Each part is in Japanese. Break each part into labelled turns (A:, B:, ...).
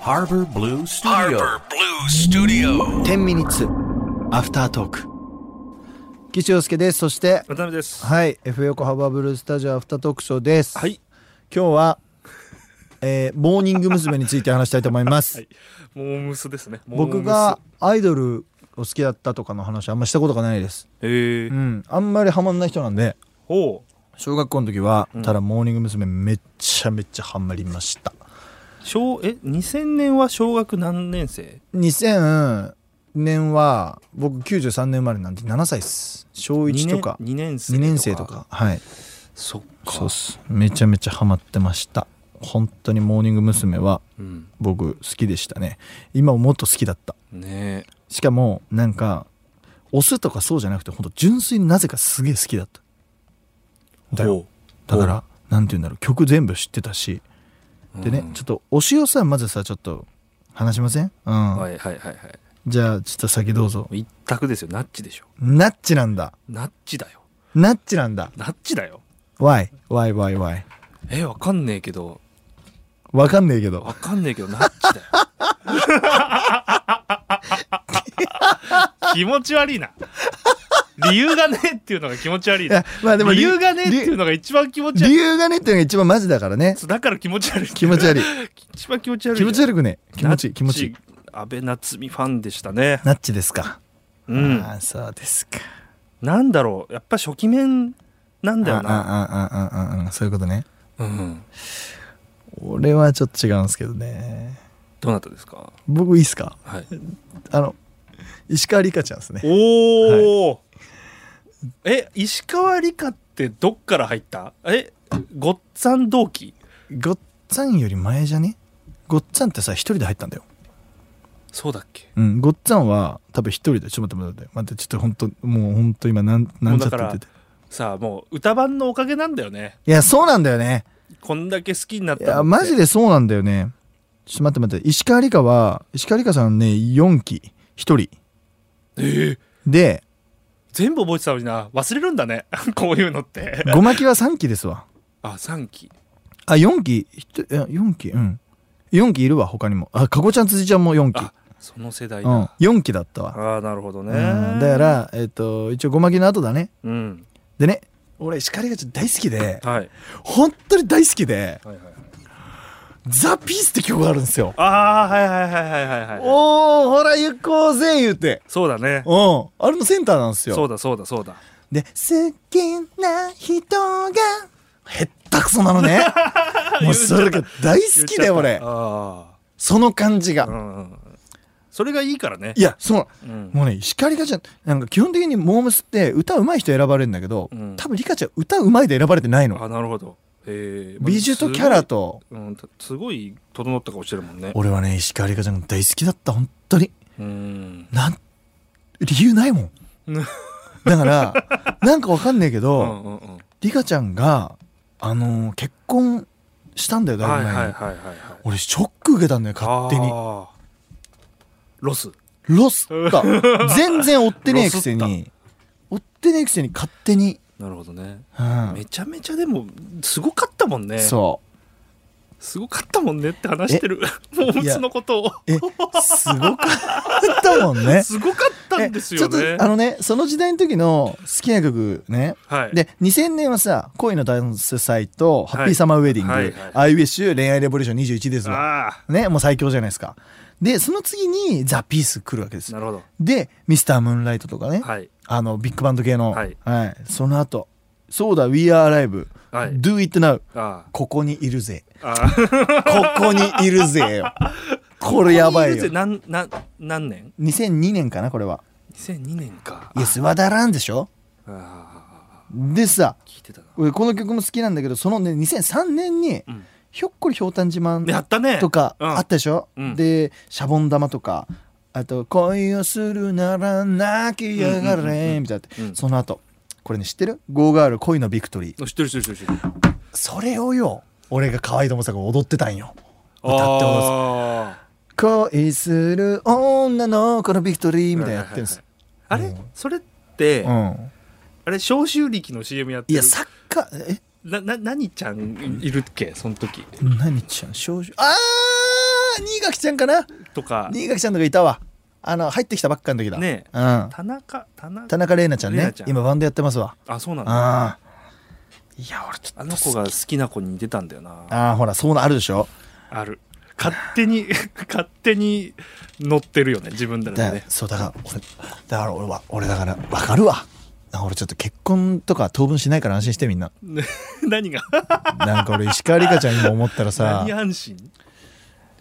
A: Harbor Blue Studio
B: Harbor Blue Studio
C: 10ミニッツアフタートーク岸洋介ですそして
D: 渡辺です。
C: はい、F 横幅ブルースタジオアフタートークショーです。
D: はい。
C: 今日は、えーモーニング娘。について話したいと思います。
D: はい。モームスですね。モームス
C: 僕が。アイドルを好きだったとかの話あんましたことがないです。
D: ええ
C: う。ん、あんまりハマんない人なんで、
D: ほう。
C: 小学校の時は、ただモーニング娘。めっちゃめっちゃハマりました。
D: 小え2000年は小学何年生？
C: 2000年は僕93年生まれなんで7歳です。小1とか
D: 2年生
C: 2年生と。か、はい。
D: そっか。
C: そうっす。めちゃめちゃハマってました。本当にモーニング娘。は
D: うん。
C: 僕好きでしたね今ももっと好きだった
D: ねえ。
C: しかもなんかオスとかそうじゃなくて本当純粋になぜかすげえ好きだっただよ
D: ほ
C: だからなんて言うんだろう曲全部知ってたし
D: う
C: でね、
D: うん
C: ちょっと推しをさまずさちょっと話しませんうん、
D: はいはいはいはい。
C: じゃあちょっと先どうぞ
D: 一択ですよ。ナッチでしょ。
C: ナッチなんだ
D: ナッチだよ。
C: ナッチなんだ
D: ナッチだよ。
C: YYYY
D: えわかんねえけど。
C: わかんねえけど
D: わかんねえけどナッチだよ。気持ち悪いな。理由がねえっていうのが気持ち悪い
C: い
D: な
C: や。まあでも
D: 理由がねえっていうのが一番気持ち悪
C: 理
D: い。
C: 由がねっていうのが一番マジだからね
D: だから気持ち悪い。
C: 気持 ち悪い
D: 一番気持ち悪い。
C: 気持ち悪くね気持ちいい気持ちいい
D: ナッチ。安倍夏実ファンでしたね。
C: ナッチですか
D: うん。
C: あーそうですか
D: なんだろう。やっぱ初期面なんだよな。
C: あああああああそういうことね
D: うん。
C: 俺はちょっと違うんですけどね
D: どなたですか。
C: 僕いいっすか
D: はい。
C: あの石川梨花ちゃんですね
D: おお、え、石川理香ってどっから入った？え、ごっつぁん同期。
C: ごっつぁんより前じゃねごっつぁんってさ一人で入ったんだよ
D: そうだっけ。
C: うんごっつぁんは多分一人でちょっと待って待って待ってちょっと本当もう本当今なんなんちゃって言ってて
D: さあもう歌番のおかげなんだよね。
C: いやそうなんだよね
D: こんだけ好きになっ
C: い
D: たのって。
C: やマジでそうなんだよねちょっと待って待って石川梨花は石川梨花さんね4期一人
D: ええ
C: で
D: 全部覚えてたのにな忘れるんだね こういうのって
C: ごまきは3期です わ
D: あ三3期
C: あ、4期、ひといや4期、うん。4期いるわ、他にも。あ、かこちゃん、辻ちゃんも4期
D: あ。その世代
C: う
D: だ、
C: ん
D: あ、
C: 4期だったわ。
D: あなるほどね
C: うん、だから、えっ、と、一応、ごまきの後だね。
D: うん
C: でね、俺、石狩がちょっと大好きで、
D: はい
C: 本当に大好きで、
D: はいはい
C: ザ・ピースって曲があるんですよ。
D: ああはいはいはいはいはいはい
C: おー、ほら、行こうぜ、言うて。
D: そうだね
C: うん。あれのセンターなんですよ。
D: そうだそうだそうだ
C: で、好きな人が、へったくそな のね。もう、それが大好きで、
D: 言っ
C: 俺
D: ちゃっ。たあ
C: その感じ
D: あう
C: が。
D: んうんそれがいいからね
C: いや、そう。
D: うん
C: もうね、石狩がちゃん、なんか基本的にモームスって歌うまい人選ばれるんだけど、
D: うん
C: 多分リカちゃん歌うまいで選ばれてないの。
D: あなるほどええ
C: 美術とキャラと。
D: うんたすごい整った顔してるもんね
C: 俺はね、石狩がちゃん大好きだった、本当に。
D: うん
C: なん、理由ないもん。
D: うん
C: だから、なんかわかんないけ
D: う
C: ど、
D: んうんうん
C: リカちゃんが、あのー結婚したんだよ、だいぶ
D: は
C: 前
D: い
C: に。
D: はいはいはいはい
C: 俺、ショック受けたんだよ、勝手に。
D: あーロス
C: ロスった。 全然追ってねえくせ
D: ロ
C: に、追ってねえくせに勝手に。
D: なるほどね
C: うん
D: めちゃめちゃでもすごかったもんね
C: そう。
D: すごかったもんねって話してるモームスのことを
C: え、すごかったもんね。
D: すごかったんですよ
C: えちょ
D: ね
C: っとあのね、その時代の時の好きな曲ね。
D: はい
C: で、2000年はさ、恋のダンス祭と、ハッピーサマーウェディング、
D: はいはい
C: I wish 恋愛レボリューション21ですわ。
D: あ
C: ね、もう最強じゃないですか。で、その次にザ・ピース来るわけで
D: あ
C: す
D: な。るほど
C: で、ミスター・ムーンライトとかね、
D: はい
C: あの、ビッグバンド系の、
D: はい
C: その後、そうだ、We Are Alive、
D: はい
C: Do It Now、
D: あ
C: ここにいるぜ。
D: あああ
C: ここにいるぜ よ。これやばい
D: ここにるぜ。
C: よ
D: なんなん何年
C: 2002年かな、これは。
D: 2002年か
C: いや、スワダランでしょ
D: ああ
C: でさ、
D: 聞いてたな
C: 俺この曲も好きなんだけど、そのね、2003年に、
D: ん
C: ひょっこりひょうたん自慢
D: やったね
C: とか
D: うん
C: あったでしょ、
D: うん
C: で、シャボン玉とか、あと、恋をするなら泣きやが
D: うんうんうんう
C: れ、
D: ん
C: みたいな、
D: うん
C: その後、これね、知ってる ?Go Girl 恋のビクトリー。
D: 知ってる知ってる知ってる歌って
C: それをよ、俺が河合智作が踊ってたんよ。歌って踊って
D: あ
C: 恋する女の子のビクトリーみたいなやってるんです。
D: ーあれそれって
C: うん。
D: あれ消臭力の CM やって
C: い
D: る
C: や、サッカー、え
D: なな何ちゃんいるっけその時
C: 何ちゃん少女あ新垣ちゃんかな
D: とか
C: 新垣ちゃんとかいたわあの入ってきたばっかの時だ
D: ね
C: えうん
D: 田中田中
C: 田中玲奈ちゃん
D: 玲
C: ね
D: 奈ちゃん
C: 今バンドやってますわ
D: あそうなんだ
C: ああいや俺ちょっと
D: あの子が好きな子に似てたんだよなあ
C: ああほらそうなあるでしょ
D: る勝手に 勝手に乗ってるよね自分で
C: だ
D: ね
C: そうだから俺だから俺は俺だからわかるわあ俺ちょっと結婚とか当分しないから安心してみんな
D: 何が
C: なんか俺石川梨花ちゃん今思ったらさ
D: 何安心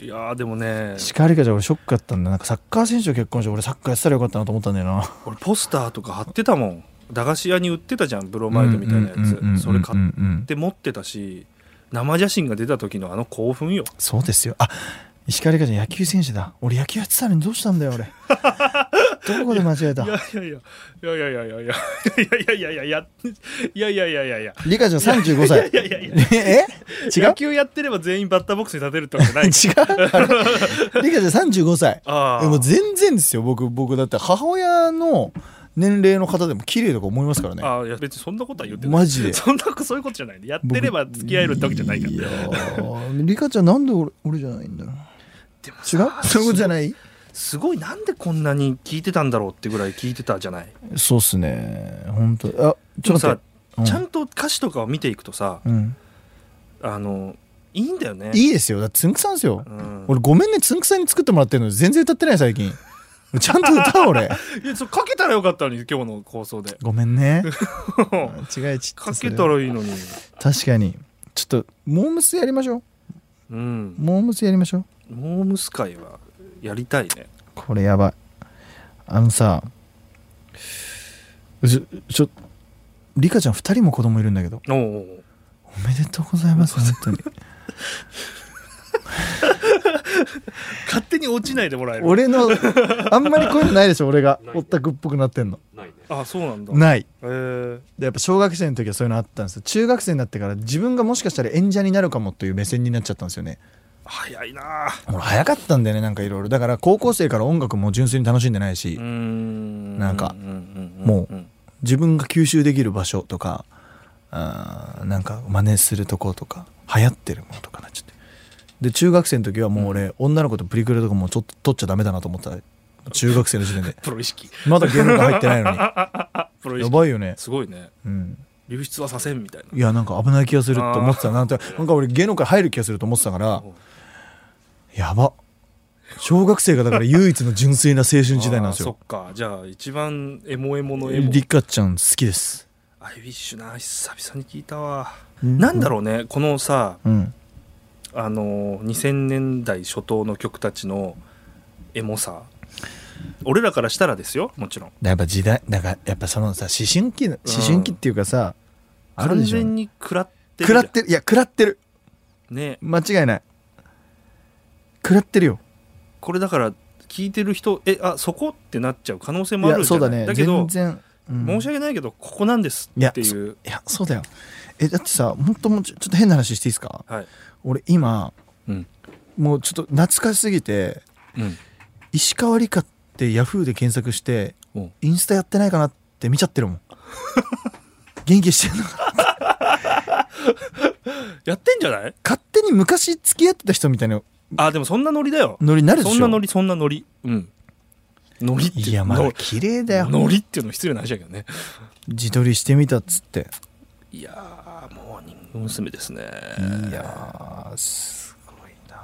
D: いやーでもね
C: 石川梨花ちゃん俺ショックだったんだなんかサッカー選手と結婚して俺サッカーやってたらよかったなと思ったんだよな
D: 俺ポスターとか貼ってたもん駄菓子屋に売ってたじゃんブロマイドみたいな
C: うんうんうんうんうんう
D: や
C: ん
D: つそれ買って持ってたし生写真が出た時のあの興奮よ
C: そうですよあ石川梨花ちゃん野球選手だ俺野球やってたのにどうしたん だよ俺どこで間違えた
D: いやいやいやいやいやいやいやいやいやいやいやいやいやいやいやいや
C: 梨花ちゃん35歳
D: いやいやいや
C: え違う
D: 野球やってれば全員バッターボックスに立てるってわけない
C: 違うあれリカちゃん35歳
D: ああ
C: でも全然ですよ僕僕だって母親の年齢の方でも綺麗とか思いますからね
D: あいや別にそんなことは言ってない
C: マジで
D: そんなことそういうことじゃないねやってれば付き合えるってわけじゃないから
C: いやーリカちゃんなんで俺俺じゃないんだろう
D: でも
C: 違うそういうことじゃない
D: すごいなんでこんなに聞いてたんだろうってぐらい聞いてたじゃない
C: そうっすね本当あち
D: で
C: ょ
D: も
C: っと待っ
D: さ
C: て、うん
D: ちゃんと歌詞とかを見ていくとさ
C: うん、
D: あのいいんだよね
C: いいですよだってつんくさんですよ、
D: うん
C: 俺ごめんねつんくさんに作ってもらってるのに全然歌ってない最近 ちゃんと歌おう 俺
D: いやそれかけたらよかったのに今日の放送で
C: ごめ んね
D: か
C: 違いちっとす
D: け
C: る
D: たらいいのに
C: 確かにちょっとモームスやりましょう
D: うん
C: モームスやりましょう
D: モームス会はやりたいね
C: これやばいあのさちょちょリカちゃん2人も子供いるんだけど
D: おお
C: おめでとうございます本当に
D: 勝手に落ちないでもらえる
C: 俺のあんまりこういうのないでしょ俺がオタクっぽくなってんの
D: あそうなんだ
C: ない
D: えー
C: でやっぱ小学生の時はそういうのあったんですよ中学生になってから自分がもしかしたら演者になるかもという目線になっちゃったんですよね
D: 早いなあ
C: 俺早かったんだよねなんかいろいろだから高校生から音楽も純粋に楽しんでないし、
D: うーん
C: なんか
D: ううんうん
C: もうん自分が吸収できる場所とかあーなんか真似するとことか流行ってるものとかなっちゃってで中学生の時はもう俺、女の子とプリクラとかもちょっと撮っちゃダメだなと思った中学生の時点で
D: プロ意識
C: まだ芸能界入ってな いのにや
D: プロ意識
C: ばいよね、
D: すごいね
C: うん、
D: 流出はさせんみたいない
C: やなんか危ない気がすると思ってたなんてなんか俺芸能界入る気がすると思ってたから
D: うん
C: やば小学生がだから唯一の純粋な青春時代なんです
D: あー
C: よ
D: そっかじゃあ一番エモエモのエモ
C: リカちゃん好きです
D: アイウィッシュな久々に聞いたわ、なんだろうねこのさ
C: うん
D: あのー2000年代初頭の曲たちのエモさ俺らからしたらですよもちろん
C: やっぱ時代だからやっぱそのさ思春期の思春期っていうかさ、ある
D: 完
C: でしょ
D: 全に食らってる
C: 食らってるいや食らってる
D: ね
C: 間違いない食らってるよ
D: これだから聞いてる人えあそこってなっちゃう可能性
C: い
D: もある
C: や
D: じ
C: そ
D: ゃ
C: う
D: な
C: だ
D: い
C: ね
D: けど
C: 全然、うん
D: 申し訳ないけどここなんですっていう
C: いやそうだよえだってさ本当もうちょちょっと変な話していいですか
D: はい
C: 俺今
D: うん
C: もうちょっと懐かしすぎて
D: うん
C: 石川理香ってヤフーで検索して
D: うん
C: インスタやってないかなって見ちゃってるも ん元気してんのかな
D: やってんじゃない
C: 勝手に昔付き合ってた人みたいな
D: あでもそんなノリだよ
C: ノリになるでしょ
D: そんなノリそんなノリうんノリって
C: いやま
D: ノ
C: だ綺麗だよ
D: ノリっていうの失礼な話だけどね
C: 自撮りしてみたっつって
D: いやーモーニング娘。ですね
C: いやーすごいな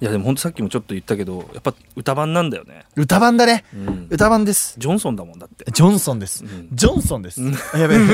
C: い
D: やでもほんとさっきもちょっと言ったけどやっぱ歌版なんだよね、
C: 歌番だね
D: うん、
C: 歌番です
D: ジョンソンだもんだって
C: ジョンソンです
D: うん
C: ジョンソンです
D: うん
C: あやべえ
D: ジ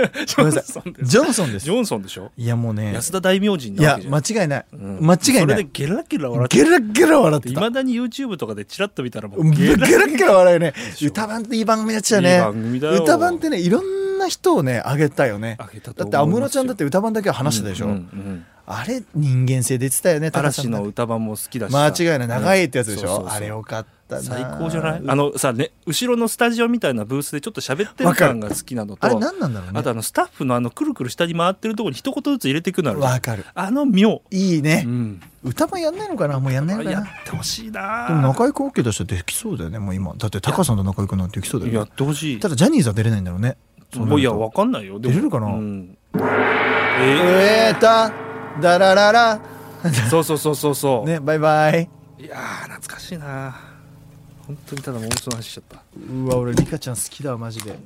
D: ョ
C: ごめん
D: ン
C: な
D: ソ
C: さ
D: ン
C: い
D: で
C: ジョンソンです
D: ジョンソンでしょ
C: いやもうね
D: 安田大名人
C: い
D: なわ
C: や
D: けじゃん
C: 間違いない
D: うん
C: 間違い
D: そ
C: な
D: れで
C: い
D: ゲラゲラ笑って
C: ゲラゲラ笑って
D: い
C: た
D: まだに YouTube とかでチラッと見たらもう
C: ゲ
D: ゲラ
C: ラゲラ笑うよね
D: ょ
C: 歌番っていい番組だっちゃ
D: いい
C: ね
D: 番組だよ
C: 歌番ってねいろんな人をねあげたよね
D: あげたと
C: だっ
D: 思いますよ
C: て安室ちゃんだって歌番だけは話してたでし
D: うんう
C: ょ
D: ん
C: あれ人間性出てたよね高橋さ
D: 嵐
C: ん
D: の歌版も好きだし
C: 間
D: さ
C: 違いない長いってやつでし
D: そうそうそ
C: ょ
D: う
C: あれよかったな
D: 最高じゃないあのさね後ろのスタジオみたいなブースでちょっと喋ってる
C: わかる
D: 感が好きなのと
C: あれ何なんだろうね
D: あとあのスタッフのあのくるくる下に回ってるところに一言ずつ入れていくのあるじゃん
C: わかる
D: あの妙、
C: いいね
D: うん、
C: 歌もやんないのかなもうやんないのか
D: や
C: な
D: ってほしいな
C: でも仲良く OK 出したらできそうだよねもう今だってタカさんと仲良くなんてできそうだ
D: や
C: よ
D: っ
C: ね
D: てほしい
C: ただジャニーズは出れないんだろうねそうなる
D: も
C: と
D: ういやわかんないよでも
C: 出れるかな
D: うん
C: 「
D: え
C: えーただららら
D: そうそうそうそうそう、
C: ねバイバイ
D: いやー懐かしいな本当にただもう一度の話しちゃった
C: うわ俺リカちゃん好きだわマジで